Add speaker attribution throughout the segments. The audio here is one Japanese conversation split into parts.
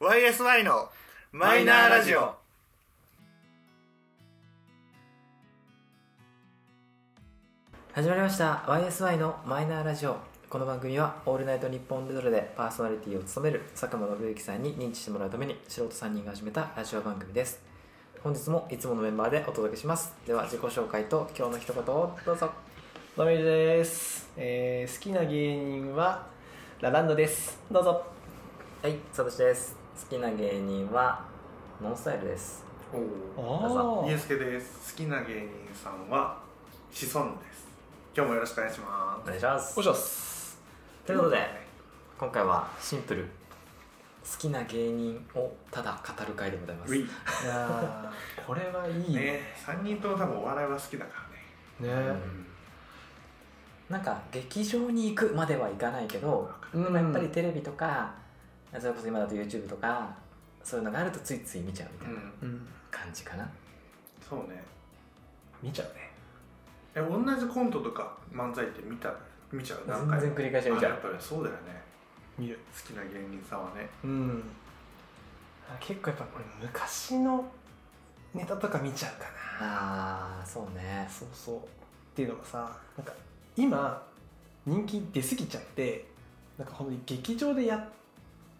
Speaker 1: YSY のマイナーラジオ。
Speaker 2: 始まりました YSY のマイナーラジオこの番組は「オールナイトニッポンデトロ」でパーソナリティを務める佐久間信之さんに認知してもらうために素人3人が始めたラジオ番組です本日もいつものメンバーでお届けしますでは自己紹介と今日の一言をどうぞ
Speaker 3: のみりです、えー好きな芸人はラランドですどうぞ
Speaker 2: はいサトシです好きな芸人はノンスタイルです
Speaker 3: あ
Speaker 1: ゆうすけです。好きな芸人さんはシソンヌです。今日もよろしくお願いしま
Speaker 2: お
Speaker 1: す。
Speaker 2: 願いします
Speaker 3: おしゃす
Speaker 2: ということで今回はシンプル好きな芸人をただ語る回でございます
Speaker 1: うい
Speaker 3: いやーこれはいいね
Speaker 1: ね、三人とも多分お笑いは好きだからね。
Speaker 3: ね
Speaker 2: なんか劇場に行くまではいかないけど、
Speaker 3: うん
Speaker 2: でもやっぱりテレビとかそれこそ今だと YouTube とかそういうのがあるとついつい見ちゃうみた
Speaker 1: う、
Speaker 2: いなん
Speaker 3: うん
Speaker 2: 感じかな、
Speaker 1: そうね。
Speaker 3: 見ちゃうね
Speaker 1: え、同じコントとか漫才って見た見ちゃう何
Speaker 2: 全
Speaker 1: 回
Speaker 2: 然
Speaker 1: も
Speaker 2: 繰り返し見ち
Speaker 1: あ
Speaker 2: ゃ
Speaker 1: やっ
Speaker 2: う
Speaker 1: ぱりそうだよね。
Speaker 3: 見る
Speaker 1: 好きな芸人さんはね。
Speaker 3: うんあ結構やっぱこれ昔のネタとか見ちゃうか
Speaker 2: ああそうね
Speaker 3: なそうそうっていうのがさなんか今人気出過ぎちゃってなんか本当に劇場でやっ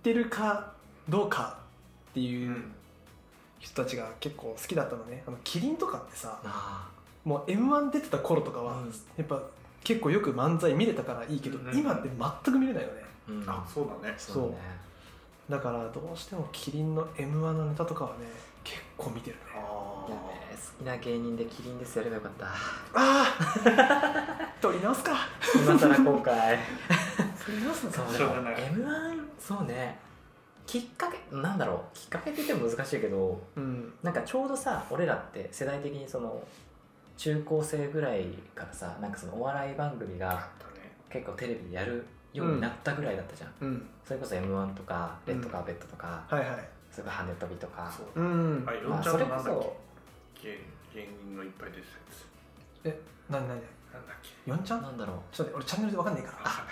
Speaker 3: てるかどうかって
Speaker 1: う
Speaker 3: いう、。人たちが結構好きだったのねあのキリンとかってさ
Speaker 2: あ
Speaker 3: もう m 1出てた頃とかは、
Speaker 2: うん
Speaker 3: やっぱ結構よく漫才見れたからいいけど、
Speaker 1: うんうん
Speaker 3: 今って全く見れないよね
Speaker 2: ー、うん、
Speaker 1: あ、そうだね。
Speaker 2: そうね
Speaker 3: だからどうしてもキリンの m 1のネタとかはね結構見てるね
Speaker 1: あ
Speaker 2: いやね好きな芸人でキリンですやればよかった
Speaker 3: ああ 撮り直すか
Speaker 2: 今更後悔
Speaker 3: 撮り直すのか
Speaker 2: そう
Speaker 1: しょうがない
Speaker 2: m 1そうねきっかけなんだろうきっかけって言っても難しいけど
Speaker 3: うん
Speaker 2: なんかちょうどさ俺らって世代的にその中高生ぐらいからさなんかそのお笑い番組
Speaker 1: あ。
Speaker 2: が
Speaker 1: あったね。
Speaker 2: 結構テレビでやるようになったぐらいだったじゃん、
Speaker 3: うん
Speaker 2: それこそ m 1とかレッドカーペットとか、
Speaker 3: はいはい
Speaker 2: それから羽根飛びとか
Speaker 1: そう。
Speaker 3: うん
Speaker 1: あ、いろ
Speaker 2: ま
Speaker 1: ん
Speaker 2: あ
Speaker 1: ちゃん
Speaker 2: そ
Speaker 1: と
Speaker 2: れ
Speaker 1: な
Speaker 2: こ
Speaker 1: んだっ
Speaker 2: そ
Speaker 1: け。芸芸人のいっぱい出てたやつ。
Speaker 3: 何何
Speaker 1: なんだっけ。
Speaker 3: ヨンちゃん
Speaker 2: なんだろう
Speaker 3: ちょっと待って俺チャンネルで分かんないから
Speaker 1: あ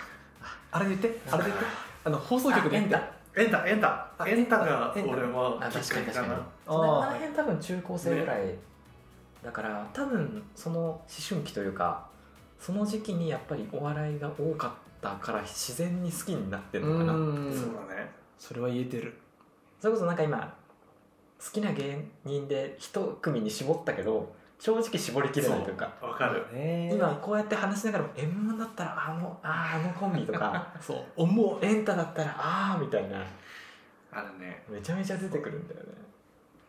Speaker 3: あれで言ってあれで言ってあの放送局で
Speaker 2: あエ
Speaker 3: 言っ
Speaker 2: ン
Speaker 3: て
Speaker 2: タ
Speaker 1: エンタエンタ
Speaker 3: あ
Speaker 1: エンタが
Speaker 3: エンタ
Speaker 1: 俺は
Speaker 2: あ確かに確かに
Speaker 3: あー
Speaker 2: そのあの辺多分中高生ぐらい、だから多分その思春期というかその時期にやっぱりお笑いが多かったから自然に好きになってるのかな、
Speaker 3: うん
Speaker 1: そうだね
Speaker 3: それは言えてる
Speaker 2: それこそなんか今好きな芸人で一組に絞ったけど正直絞りきれないというか
Speaker 1: わかる
Speaker 3: ね
Speaker 2: 今こうやって話しながらも m 1だったらあのあーあのコンビと か
Speaker 3: そう思う
Speaker 2: エンタだったらああみたいな
Speaker 1: あるね
Speaker 2: めちゃめちゃ出てくるんだよね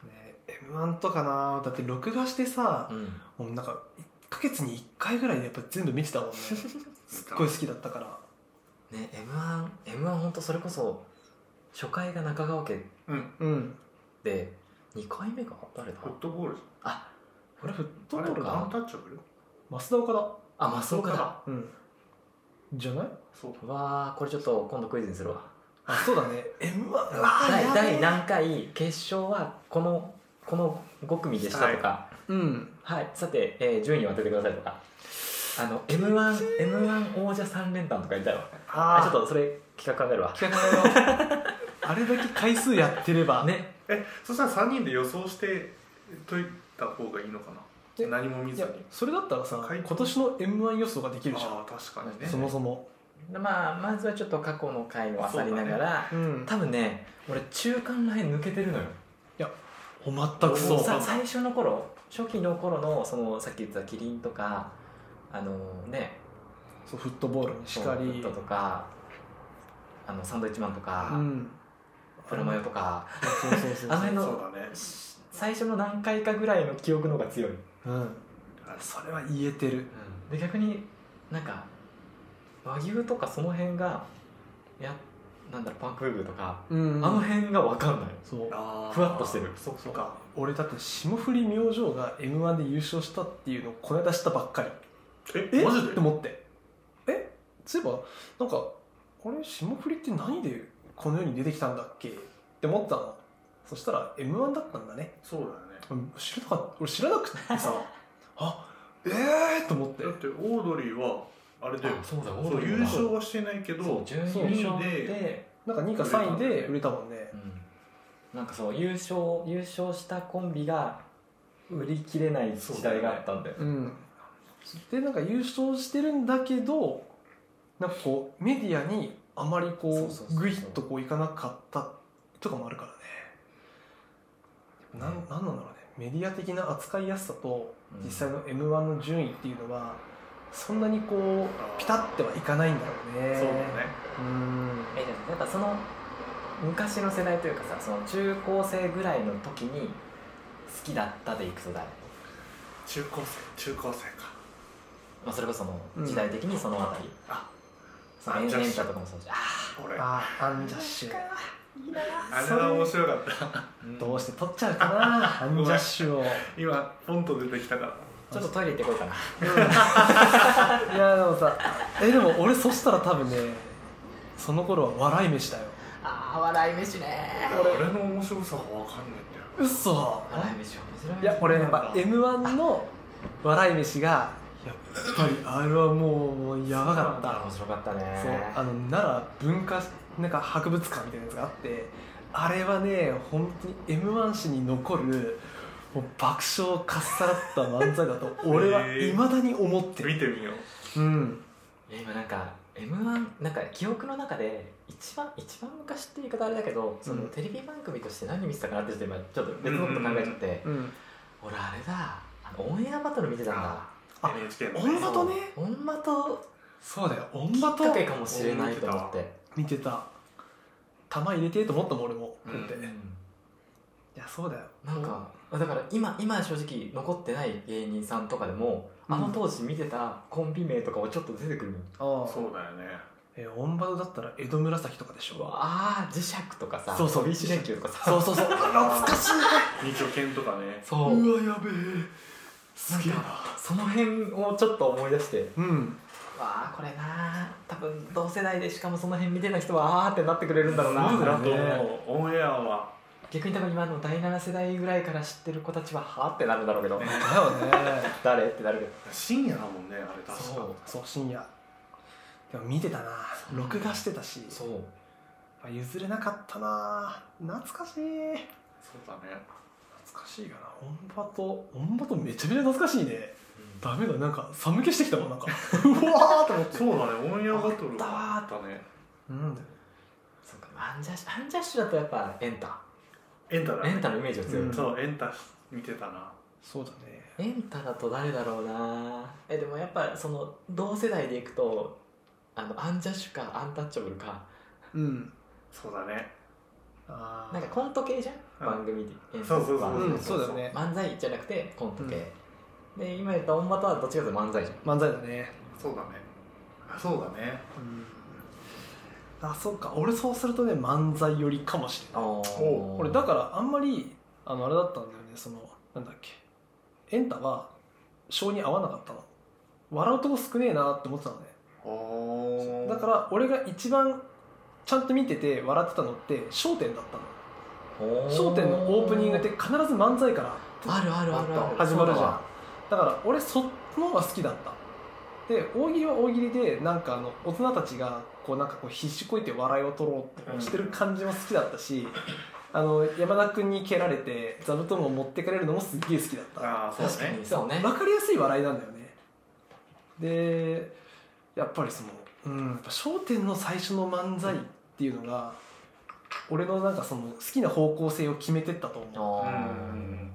Speaker 3: ね m 1とかなだって録画してさ
Speaker 2: う、ん
Speaker 3: もうなんか1ヶ月に1回ぐらいでやっぱ全部見てたもんねすっごい好きだったから
Speaker 2: ね m 1 m 1ほんとそれこそ初回が中川家
Speaker 1: うん
Speaker 3: うん
Speaker 2: で2回目が誰だ
Speaker 1: フットボール
Speaker 2: あ
Speaker 3: 俺フット
Speaker 1: あ
Speaker 3: ボ
Speaker 1: れ
Speaker 3: ール
Speaker 1: ア
Speaker 3: な
Speaker 1: ンタッチャブル
Speaker 3: 増田岡だ
Speaker 2: あマスオカだ
Speaker 3: うんじゃない
Speaker 1: そう
Speaker 2: うわーこれちょっと今度クイズにするわ
Speaker 3: あそうだね m 1
Speaker 2: 第第何回決勝はこのこの5組でしたとか、
Speaker 3: うん
Speaker 2: はいさて、えー順位を当ててくださいとかあの m 1 m 1王者3連単とか言いたいわあちょっとそれ企画考えるわ
Speaker 3: 企画のあれだけ回数やってれば
Speaker 2: ね
Speaker 1: え そしたら3人で予想して解いた方がいいのか
Speaker 3: え
Speaker 1: な何も見
Speaker 3: い
Speaker 1: ずに
Speaker 3: やそれだったらさ
Speaker 1: 回
Speaker 3: 今
Speaker 1: 答
Speaker 3: 年の m 1予想ができるじゃ
Speaker 1: ああ確かにね
Speaker 3: んそもそも
Speaker 2: まあまずはちょっと過去の回を漁りながら、
Speaker 3: うん
Speaker 2: 多分ね俺中間らへん抜けてるのよ
Speaker 3: お全くそう
Speaker 1: お
Speaker 2: さ最初の頃初期の頃のそのさっき言ったキリンとかあのね
Speaker 3: そうフットボールにしか
Speaker 2: フ
Speaker 3: り
Speaker 2: ットとかあのサンドイッチマンとか、
Speaker 3: うん
Speaker 2: プロマヨとか
Speaker 3: そうそうそうそう
Speaker 2: あの辺の
Speaker 1: そうだね
Speaker 2: 最初の何回かぐらいの記憶の方が強い、
Speaker 3: うん
Speaker 1: あそ
Speaker 3: それは言えてる
Speaker 2: で逆になんか和牛とかその辺がやなんだろうパンクーブーとか、
Speaker 3: うん
Speaker 2: あの辺が分かんない
Speaker 3: そう
Speaker 1: あー
Speaker 2: ふわっとしてる
Speaker 1: そうそうか
Speaker 3: 俺だって霜降り明星が m 1で優勝したっていうのをこの間知ったばっかり
Speaker 1: え
Speaker 3: え
Speaker 1: マジ
Speaker 3: っ
Speaker 1: で
Speaker 3: て思ってえそういえばなんかあれ霜降りって何でこの世に出てきたんだっけって思ったのそしたら m 1だったんだね
Speaker 1: そうだよね
Speaker 3: うん知らなかった俺知らなくて さあええー、と思って
Speaker 1: だってオードリーはあれで
Speaker 2: あそうだオー
Speaker 1: そ
Speaker 2: ド
Speaker 1: う
Speaker 2: リー
Speaker 1: 優
Speaker 2: も
Speaker 1: 勝はしてないけ
Speaker 2: そ
Speaker 1: ど
Speaker 2: う準優勝で
Speaker 1: 二位で
Speaker 3: なんか2位か3位で売れたもんね
Speaker 2: うんなんかそう優勝優勝したコンビが売り切れない時代があったんだよ
Speaker 3: うん、でなんか優勝してるんだけどなんかこうメディアにあまり
Speaker 2: そう
Speaker 3: こ
Speaker 2: そうそうそう
Speaker 3: うグイッとこういかなかったとかもあるからねなんなんなんだろうねメディア的な扱いやすさと
Speaker 2: うん
Speaker 3: 実際の m 1の順位っていうのはそんなにこうピタッてはいかないんだろうね
Speaker 1: そうだね
Speaker 3: うん
Speaker 2: えだってやっぱその昔の世代というかさその中高生ぐらいの時に好きだったでいくと誰、
Speaker 1: 中高生中高生か
Speaker 2: まあ、それこそも
Speaker 3: う
Speaker 2: うん時代的にそのあたり、
Speaker 1: あ
Speaker 2: そのエン
Speaker 1: ジャッシュ
Speaker 2: エンタとかもそうだしあ
Speaker 1: 俺あ
Speaker 3: あアンジャッシュ
Speaker 1: れは面白かった
Speaker 2: ー
Speaker 3: どうして取っちゃうかなアンジャッシュを
Speaker 1: 今ポンと出てきたから
Speaker 2: ちょっとトイレ行ってこようかな
Speaker 3: いやでもさえでも俺そしたら多分ねその頃は笑い飯だよ
Speaker 2: あー笑い飯ね
Speaker 1: 俺の面白さが分かんないんだよ
Speaker 3: うっそ
Speaker 2: 笑い飯面白い
Speaker 3: いや俺やっぱ
Speaker 1: うん
Speaker 3: m 1の笑い飯がやっぱりあれはもうもうやばか
Speaker 2: 面
Speaker 3: っ
Speaker 2: 白かった
Speaker 3: た
Speaker 2: ね
Speaker 3: そうあの奈良文化なんか博物館みたいなやつがあってあれはね本当に m 1史に残るもう爆笑をかっさらった漫才だと俺は未だに思ってる、
Speaker 1: 見てみよう
Speaker 3: うん
Speaker 2: いや今なんか m 1なんか記憶の中で一番一番昔って言い方あれだけどその
Speaker 3: うん
Speaker 2: テレビ番組として何見てたかなってちょっと今ちょっと別のこと考えちゃって、
Speaker 3: うん
Speaker 2: 俺あれだあのオンエアバトル見てたんだ
Speaker 1: あ
Speaker 3: あ
Speaker 1: NHK の
Speaker 3: オンバトね
Speaker 2: オンバト
Speaker 3: そうだよオ
Speaker 2: き
Speaker 3: ン
Speaker 2: っ
Speaker 3: バ
Speaker 2: か
Speaker 3: ト
Speaker 2: けかもしれないと思って
Speaker 3: 見てた玉入れてえと思ったもん俺も、
Speaker 1: うん
Speaker 3: だって
Speaker 2: う
Speaker 3: い
Speaker 2: ん
Speaker 3: やそうだよ
Speaker 2: なんかだから今今正直残ってない芸人さんとかでもあの当時見てたコンビ名とかもちょっと出てくるの、
Speaker 3: ああ
Speaker 1: そうだよね
Speaker 3: えーオンバトだったら江戸紫とかでし
Speaker 2: うわ
Speaker 3: ょ
Speaker 2: あ磁石とかさ
Speaker 3: そうそう
Speaker 2: 飛び石連休とかさ
Speaker 3: そうそうそう懐かしい
Speaker 1: 二拠点とかね
Speaker 2: そう
Speaker 3: わやべえすげえな
Speaker 2: その辺をちょっと思い出して
Speaker 3: うん
Speaker 2: わあこれなあ多分同世代でしかもその辺見てない人はあーってなってくれるんだろうな
Speaker 1: そうだ
Speaker 3: ね
Speaker 1: と思うオンエアは
Speaker 2: 逆に多分今の第7世代ぐらいから知ってる子たちははあってなるだろうけど
Speaker 3: だよね
Speaker 2: 誰ってなるけど
Speaker 1: 深夜だもんねあれ確か
Speaker 2: そう
Speaker 3: そう深夜でも見てたな
Speaker 2: う
Speaker 3: 録画してたし
Speaker 2: そう
Speaker 3: あ譲れなかったな懐かしい
Speaker 1: そうだね
Speaker 3: 懐かしいよなオンバトオンバトめちゃめちゃ懐かしいねダメだなんか寒気してきたもんなんかうわーと思って
Speaker 1: そうだねオンエアバトルはあったね
Speaker 3: うん
Speaker 2: そうかアンジャッシュアンジャッシュだとやっぱエンタ
Speaker 1: エンタだ
Speaker 2: エ
Speaker 1: ね
Speaker 2: ンタのイメージが強い、
Speaker 3: うん
Speaker 1: そうエンタ見てたな
Speaker 3: そうだね
Speaker 2: エンタだと誰だろうなえでもやっぱその同世代でいくとあのアンジャッシュかアンタッチャブルか
Speaker 3: うん
Speaker 1: そうだね
Speaker 3: あ
Speaker 2: なんかコント系じゃん
Speaker 1: うん
Speaker 2: 番組で演奏
Speaker 1: そうそうそう
Speaker 2: は
Speaker 3: うんそうだよね
Speaker 2: 漫才じゃなくてコント系、で今言ったオンバトはどっちかというと漫才じゃん
Speaker 3: 漫才だね
Speaker 1: そうだねあそうだね
Speaker 3: うんあそうか俺そうするとね漫才寄りかもしれない
Speaker 1: お
Speaker 3: 俺だからあんまりあのあれだったんだよねそのなんだっけエンタは性に合わなかったの笑うとこ少ねえなって思ってたのね
Speaker 1: お
Speaker 3: だから俺が一番ちゃんと見てて笑ってたのって『笑点』だったの『笑点』のオープニングって必ず漫才から
Speaker 2: あるあるあるある
Speaker 3: 始まるじゃん
Speaker 2: ん
Speaker 3: だから俺そっちの方が好きだったで大喜利は大喜利でなんかあの大人たちがこうなんかこう必死こいて笑いを取ろうとしてる感じも好きだった し、あの山田君に蹴られて座布団を持ってかれるのもすっげえ好きだった
Speaker 1: ああそう
Speaker 2: 確
Speaker 1: だ
Speaker 2: か
Speaker 1: ね
Speaker 2: にそうね
Speaker 3: 分かりやすい笑いなんだよねでやっぱりその「うん、やっぱ笑点」の最初の漫才っていうのが俺のなんかその好きな方向性を決めてったと思う
Speaker 1: う
Speaker 2: あ
Speaker 1: ん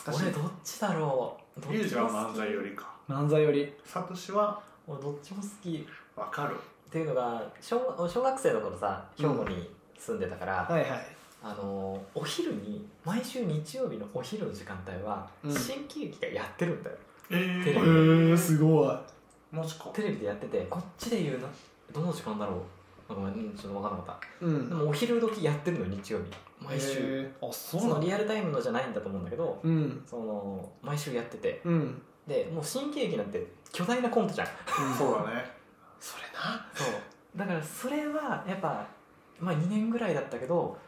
Speaker 2: ー
Speaker 3: 懐かし
Speaker 2: 俺
Speaker 3: い
Speaker 2: どっちだろうどっ
Speaker 1: リュウ
Speaker 2: ち
Speaker 1: ジ
Speaker 2: も
Speaker 1: は
Speaker 2: 好
Speaker 1: 漫
Speaker 2: き
Speaker 1: 才よりか
Speaker 3: 漫才より
Speaker 1: サトシは
Speaker 2: 俺どっちも好き
Speaker 1: わかる
Speaker 2: っていうのが小小学生の頃さ兵庫に住んでたから、
Speaker 3: はいはい
Speaker 2: あのーお昼に毎週日曜日のお昼の時間帯は、
Speaker 3: うん
Speaker 2: 新喜劇がやってるんだよ
Speaker 1: えー
Speaker 2: テレ
Speaker 3: へ
Speaker 2: ビ
Speaker 3: えすごい
Speaker 1: マジか
Speaker 2: テレビでやっててこっちで言うなどの時間だろうあごめんうんちょっと分からなかった
Speaker 3: うん
Speaker 2: でもお昼時やってるの日曜日毎週、
Speaker 3: へーあそう
Speaker 2: そ
Speaker 3: な
Speaker 2: の
Speaker 3: ん
Speaker 2: リ
Speaker 3: だ
Speaker 2: アルタイムのじゃないんだと思うんだけど、
Speaker 3: うん
Speaker 2: その毎週やってて
Speaker 3: うん、うん、
Speaker 2: でもう新喜劇なんて巨大なコントじゃん
Speaker 1: そうだね
Speaker 3: それな
Speaker 2: そうだからそれはやっぱ、まあ、2年ぐらいだったけど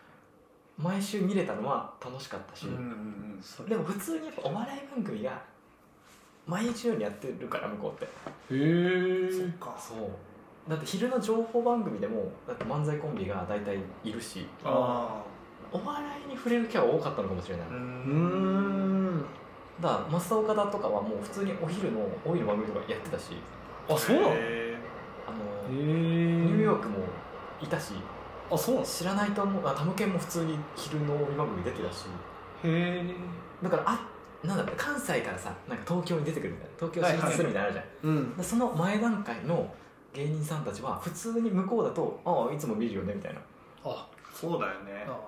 Speaker 2: 毎週見れたのは楽しかったし、
Speaker 1: うんうんうん
Speaker 3: そ
Speaker 2: でも普通にやっぱお笑い番組が毎日のようにやってるから向こうって
Speaker 3: へえ
Speaker 1: そっか
Speaker 2: そうだって昼の情報番組でもだって漫才コンビが大体いるし
Speaker 1: あ
Speaker 3: あ
Speaker 2: お笑触れるキャラ多かったのかもしれない、
Speaker 1: う
Speaker 2: だか
Speaker 3: うんん
Speaker 2: ら増岡田とかはもう普通にお昼のお昼の番組とかやってたし
Speaker 3: あそうなのへ
Speaker 1: へ
Speaker 2: あの
Speaker 3: え
Speaker 2: ニューヨークもいたし
Speaker 3: あそうなのへ
Speaker 2: 知らないと思うあタムケンも普通に昼の帯番組出てたし
Speaker 3: え
Speaker 2: だからあなんだろう関西からさなんか東京に出てくるみたいな東京進出するみたいなのあるじゃん、
Speaker 3: うん
Speaker 2: でその前段階の芸人さんたちは普通に向こうだと「ああいつも見るよね」みたいな
Speaker 3: あ
Speaker 1: ーそうだよね
Speaker 3: あ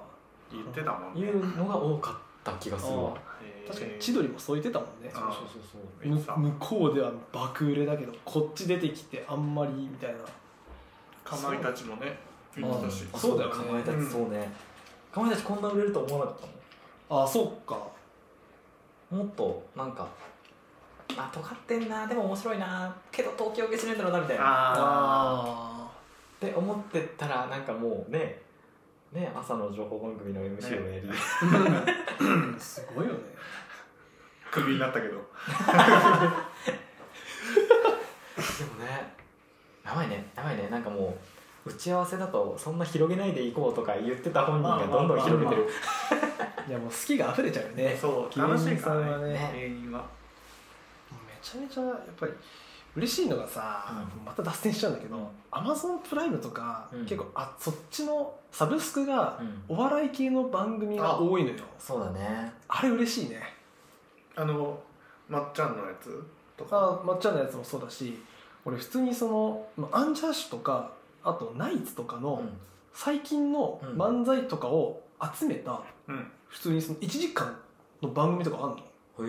Speaker 1: 言ってたもん
Speaker 2: い
Speaker 1: ね
Speaker 2: うのが多かった気がするわ
Speaker 3: あ
Speaker 1: へー
Speaker 3: 確かに千鳥もそう言ってたもんね
Speaker 1: あー
Speaker 2: そうそう
Speaker 1: 言
Speaker 3: む
Speaker 1: ってた
Speaker 3: 向こうでは爆売れだけどこっち出てきてあんまりみたいな
Speaker 1: かまいたちもね言ってたし
Speaker 3: あそうだよね
Speaker 2: かまいたちそうねかまいたちこんな売れると思わなかった
Speaker 3: ああそっか
Speaker 2: もんもっとなんかあ尖ってんなでも面白いなけど東京受けしないんだろうなみたいなっ
Speaker 1: あ
Speaker 3: あ
Speaker 2: て思ってたらなんかもうねね朝の情報番組の MC をやり、
Speaker 3: あすごいよね
Speaker 1: あクビになったけど
Speaker 2: でもねやばいねやばいねなんかもう打ち合わせだとそんな広げないでいこうとか言ってた本人がどんどん広げてる
Speaker 3: いやもう好きが溢れちゃうよね
Speaker 1: そう
Speaker 3: 芸人
Speaker 1: 楽しいか
Speaker 3: さんは
Speaker 1: ら
Speaker 3: ね
Speaker 1: ね
Speaker 2: ね
Speaker 1: 芸人は
Speaker 3: もうめちゃめちゃやっぱり嬉しいのがさ、
Speaker 2: う
Speaker 3: また脱線しちゃうんだけ
Speaker 2: うん
Speaker 3: どアマゾンプライムとか、
Speaker 2: うん
Speaker 3: 結構あそっちのサブスクが
Speaker 2: うん
Speaker 3: お笑い系の番組が多いのよ
Speaker 2: そうだね
Speaker 3: あれ嬉しいね
Speaker 1: あのまっちゃんのやつとか
Speaker 3: あまっちゃんのやつもそうだし俺普通にそのまアンジャッシュとかあとナイツとか
Speaker 2: う
Speaker 3: の
Speaker 2: ん
Speaker 3: 最近の漫才とかを集めた
Speaker 1: うん
Speaker 3: 普通にその1時間の番組とかあんの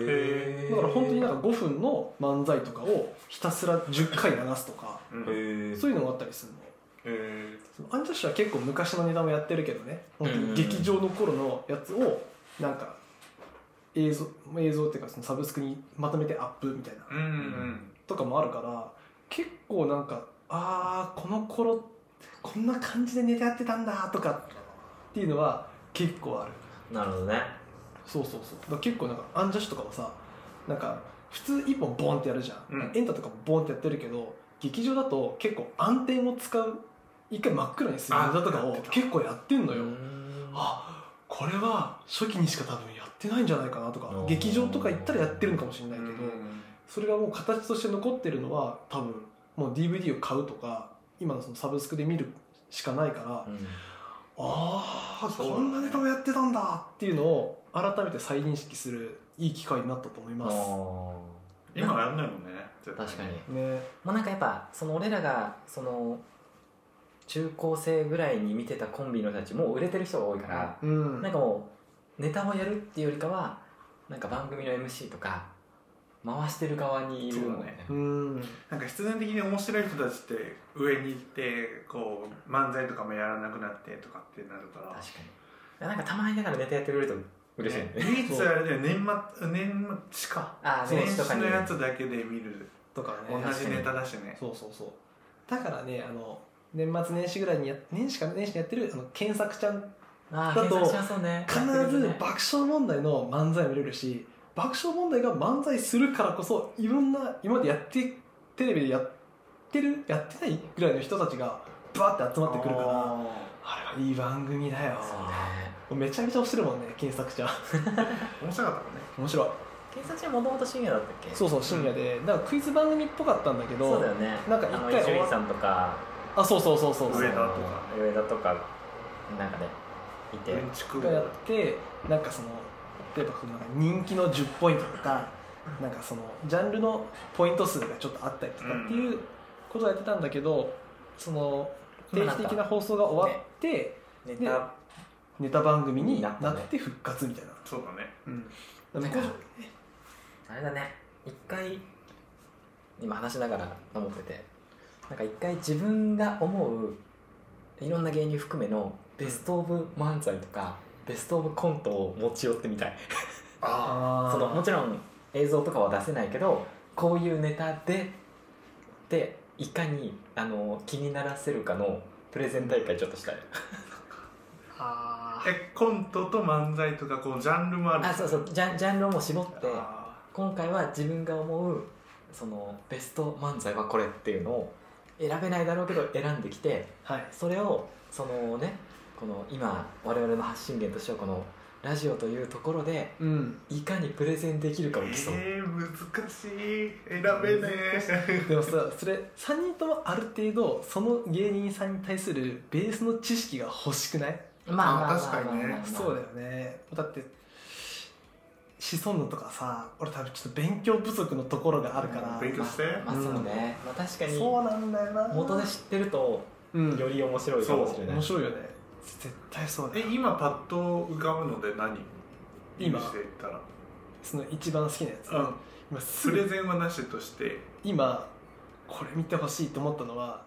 Speaker 1: へ
Speaker 2: へえ
Speaker 3: だから本当になん
Speaker 2: か
Speaker 3: か5分の漫才とかをひたすら10回流すとか
Speaker 1: うんへ
Speaker 2: へえ
Speaker 3: そういうのもあったりするの
Speaker 1: え
Speaker 3: そのアンジャッシュは結構昔のネタもやってるけどね本当に劇場の頃のやつをなんか映像映像っていうかそのサブスクにまとめてアップみたいな
Speaker 1: うんうん
Speaker 3: とかもあるから結構なんかああこの頃こんな感じでネタやってたんだとかっていうのは結構ある
Speaker 2: なるほどね
Speaker 3: そうそうそうだから結構なんかアンジャッシュとかもさなんか普通1本ボンってやるじゃん、
Speaker 1: うん
Speaker 3: エンタとかもボンってやってるけど劇場だと結構暗転も使う一回真っ暗にするネタとか
Speaker 1: あ
Speaker 3: を
Speaker 1: やってた
Speaker 3: 結構やってんのよ、
Speaker 2: あ
Speaker 3: あこれは初期にしか多分やってないんじゃないかなとか
Speaker 2: うん
Speaker 3: 劇場とか行ったらやってるのかもしれ
Speaker 1: う
Speaker 3: ないけど、
Speaker 1: ん
Speaker 3: それがもう形として残ってるのは多分もう DVD を買うとか今のそのサブスクで見るしかないから、
Speaker 2: うん
Speaker 3: ああ
Speaker 1: そうだね
Speaker 3: こんなネタをやってたんだっていうのを改めて再認識するいい機会になったと思い
Speaker 2: あ
Speaker 3: ます
Speaker 2: ー
Speaker 1: 今はやんないもんね絶対
Speaker 2: 確かに
Speaker 3: ね
Speaker 2: もうなんかやっぱその俺らがその中高生ぐらいに見てたコンビの人たちもう売れてる人が多いから
Speaker 3: うん
Speaker 2: なんかもうネタをやるっていうよりかはなんか番組の MC とか回してる側にいるもんね
Speaker 3: うん
Speaker 1: なんか必然的に面白い人たちって上に行ってこう漫才とかもやらなくなってとかってなるから
Speaker 2: 確かになんかたまにだからネタやってくれると嬉しいよね
Speaker 1: ね唯一あれだよ年末年末か
Speaker 2: ああ
Speaker 1: 年
Speaker 2: 年始とか
Speaker 1: 始
Speaker 2: に
Speaker 1: のやつだけで見る
Speaker 3: とか
Speaker 1: 同
Speaker 3: ね
Speaker 1: じネタだしね
Speaker 3: そうそうそうだからねあの年末年始ぐらいにや年始か年始にやってるあの検索ちゃん
Speaker 2: ああ
Speaker 3: だと
Speaker 2: 検索しやすそうね
Speaker 3: 必ず爆笑問題の漫才を見れるし爆笑問題が漫才するからこそいろんな今までやってテレビでやってるやってないぐらいの人たちがバーって集まってくるからあれはいい番組だよ
Speaker 2: そうね
Speaker 3: めちゃめちゃ推してるもんね検索 ちゃん
Speaker 1: 面白かったもんね
Speaker 3: 面白い
Speaker 2: 検索中もともと深夜だったっけ
Speaker 3: そうそう深夜でなんかクイズ番組っぽかったんだけど
Speaker 2: そうだよね
Speaker 3: なんか一回
Speaker 2: あの
Speaker 3: 終わ
Speaker 2: 伊集院さんとか
Speaker 3: あそうそうそうそうそう
Speaker 1: 上田とか
Speaker 2: 上田とかなんかねいて
Speaker 1: うんちく
Speaker 3: がやってなんかその例えばこのなんか人気の10ポイントとかなんかそのジャンルのポイント数がちょっとあったりとかっていうことをやってたんだけどその定期的な放送が終わって
Speaker 2: ネタ
Speaker 3: ネタ番組になって復活みたいな。
Speaker 1: そうだね
Speaker 3: うん
Speaker 2: なんかあれだね一回今話しながら思っててなんか一回自分が思ういろんな芸人含めのベスト・オブ・漫才とかベスト・オブ・コントを持ち寄ってみたい
Speaker 1: あ
Speaker 3: あー
Speaker 2: そのもちろん映像とかは出せないけどこういうネタででいかにあの気にならせるかのプレゼン大会ちょっとしたい
Speaker 3: あー
Speaker 1: えコントと漫才とかこうジャンルもある
Speaker 2: あそうそうジャンジャンルをもう絞って
Speaker 1: あ
Speaker 2: 今回は自分が思うそのベスト漫才はこれっていうのを選べないだろうけど選んできて
Speaker 3: はい
Speaker 2: それをそのねこの今我々の発信源としてはこのラジオというところで
Speaker 3: うん、
Speaker 2: いかにプレゼンできるかを競う、
Speaker 1: えー、難しい選べねえ
Speaker 3: でもさそれ3人ともある程度その芸人さんに対するベースの知識が欲しくない
Speaker 1: あ確かにね
Speaker 3: そうだよねだってシソンヌとかさ俺多分ちょっと勉強不足のところがあるから、
Speaker 1: 勉強して
Speaker 2: まあ
Speaker 3: うん
Speaker 2: そうね、まあ、確かに
Speaker 3: そうなんだよな
Speaker 2: 元で知ってると
Speaker 3: うん
Speaker 2: より面白いかもしれない、
Speaker 3: 面白いよね絶対そうだ
Speaker 1: え
Speaker 3: よ
Speaker 1: 今パッと浮かぶので何
Speaker 3: 今
Speaker 1: していったら
Speaker 3: その一番好きなやつ、
Speaker 1: うん
Speaker 3: 今す
Speaker 1: プレ
Speaker 3: ぐ
Speaker 1: ゼンはなしとして
Speaker 3: 今これ見てほしいと思ったのは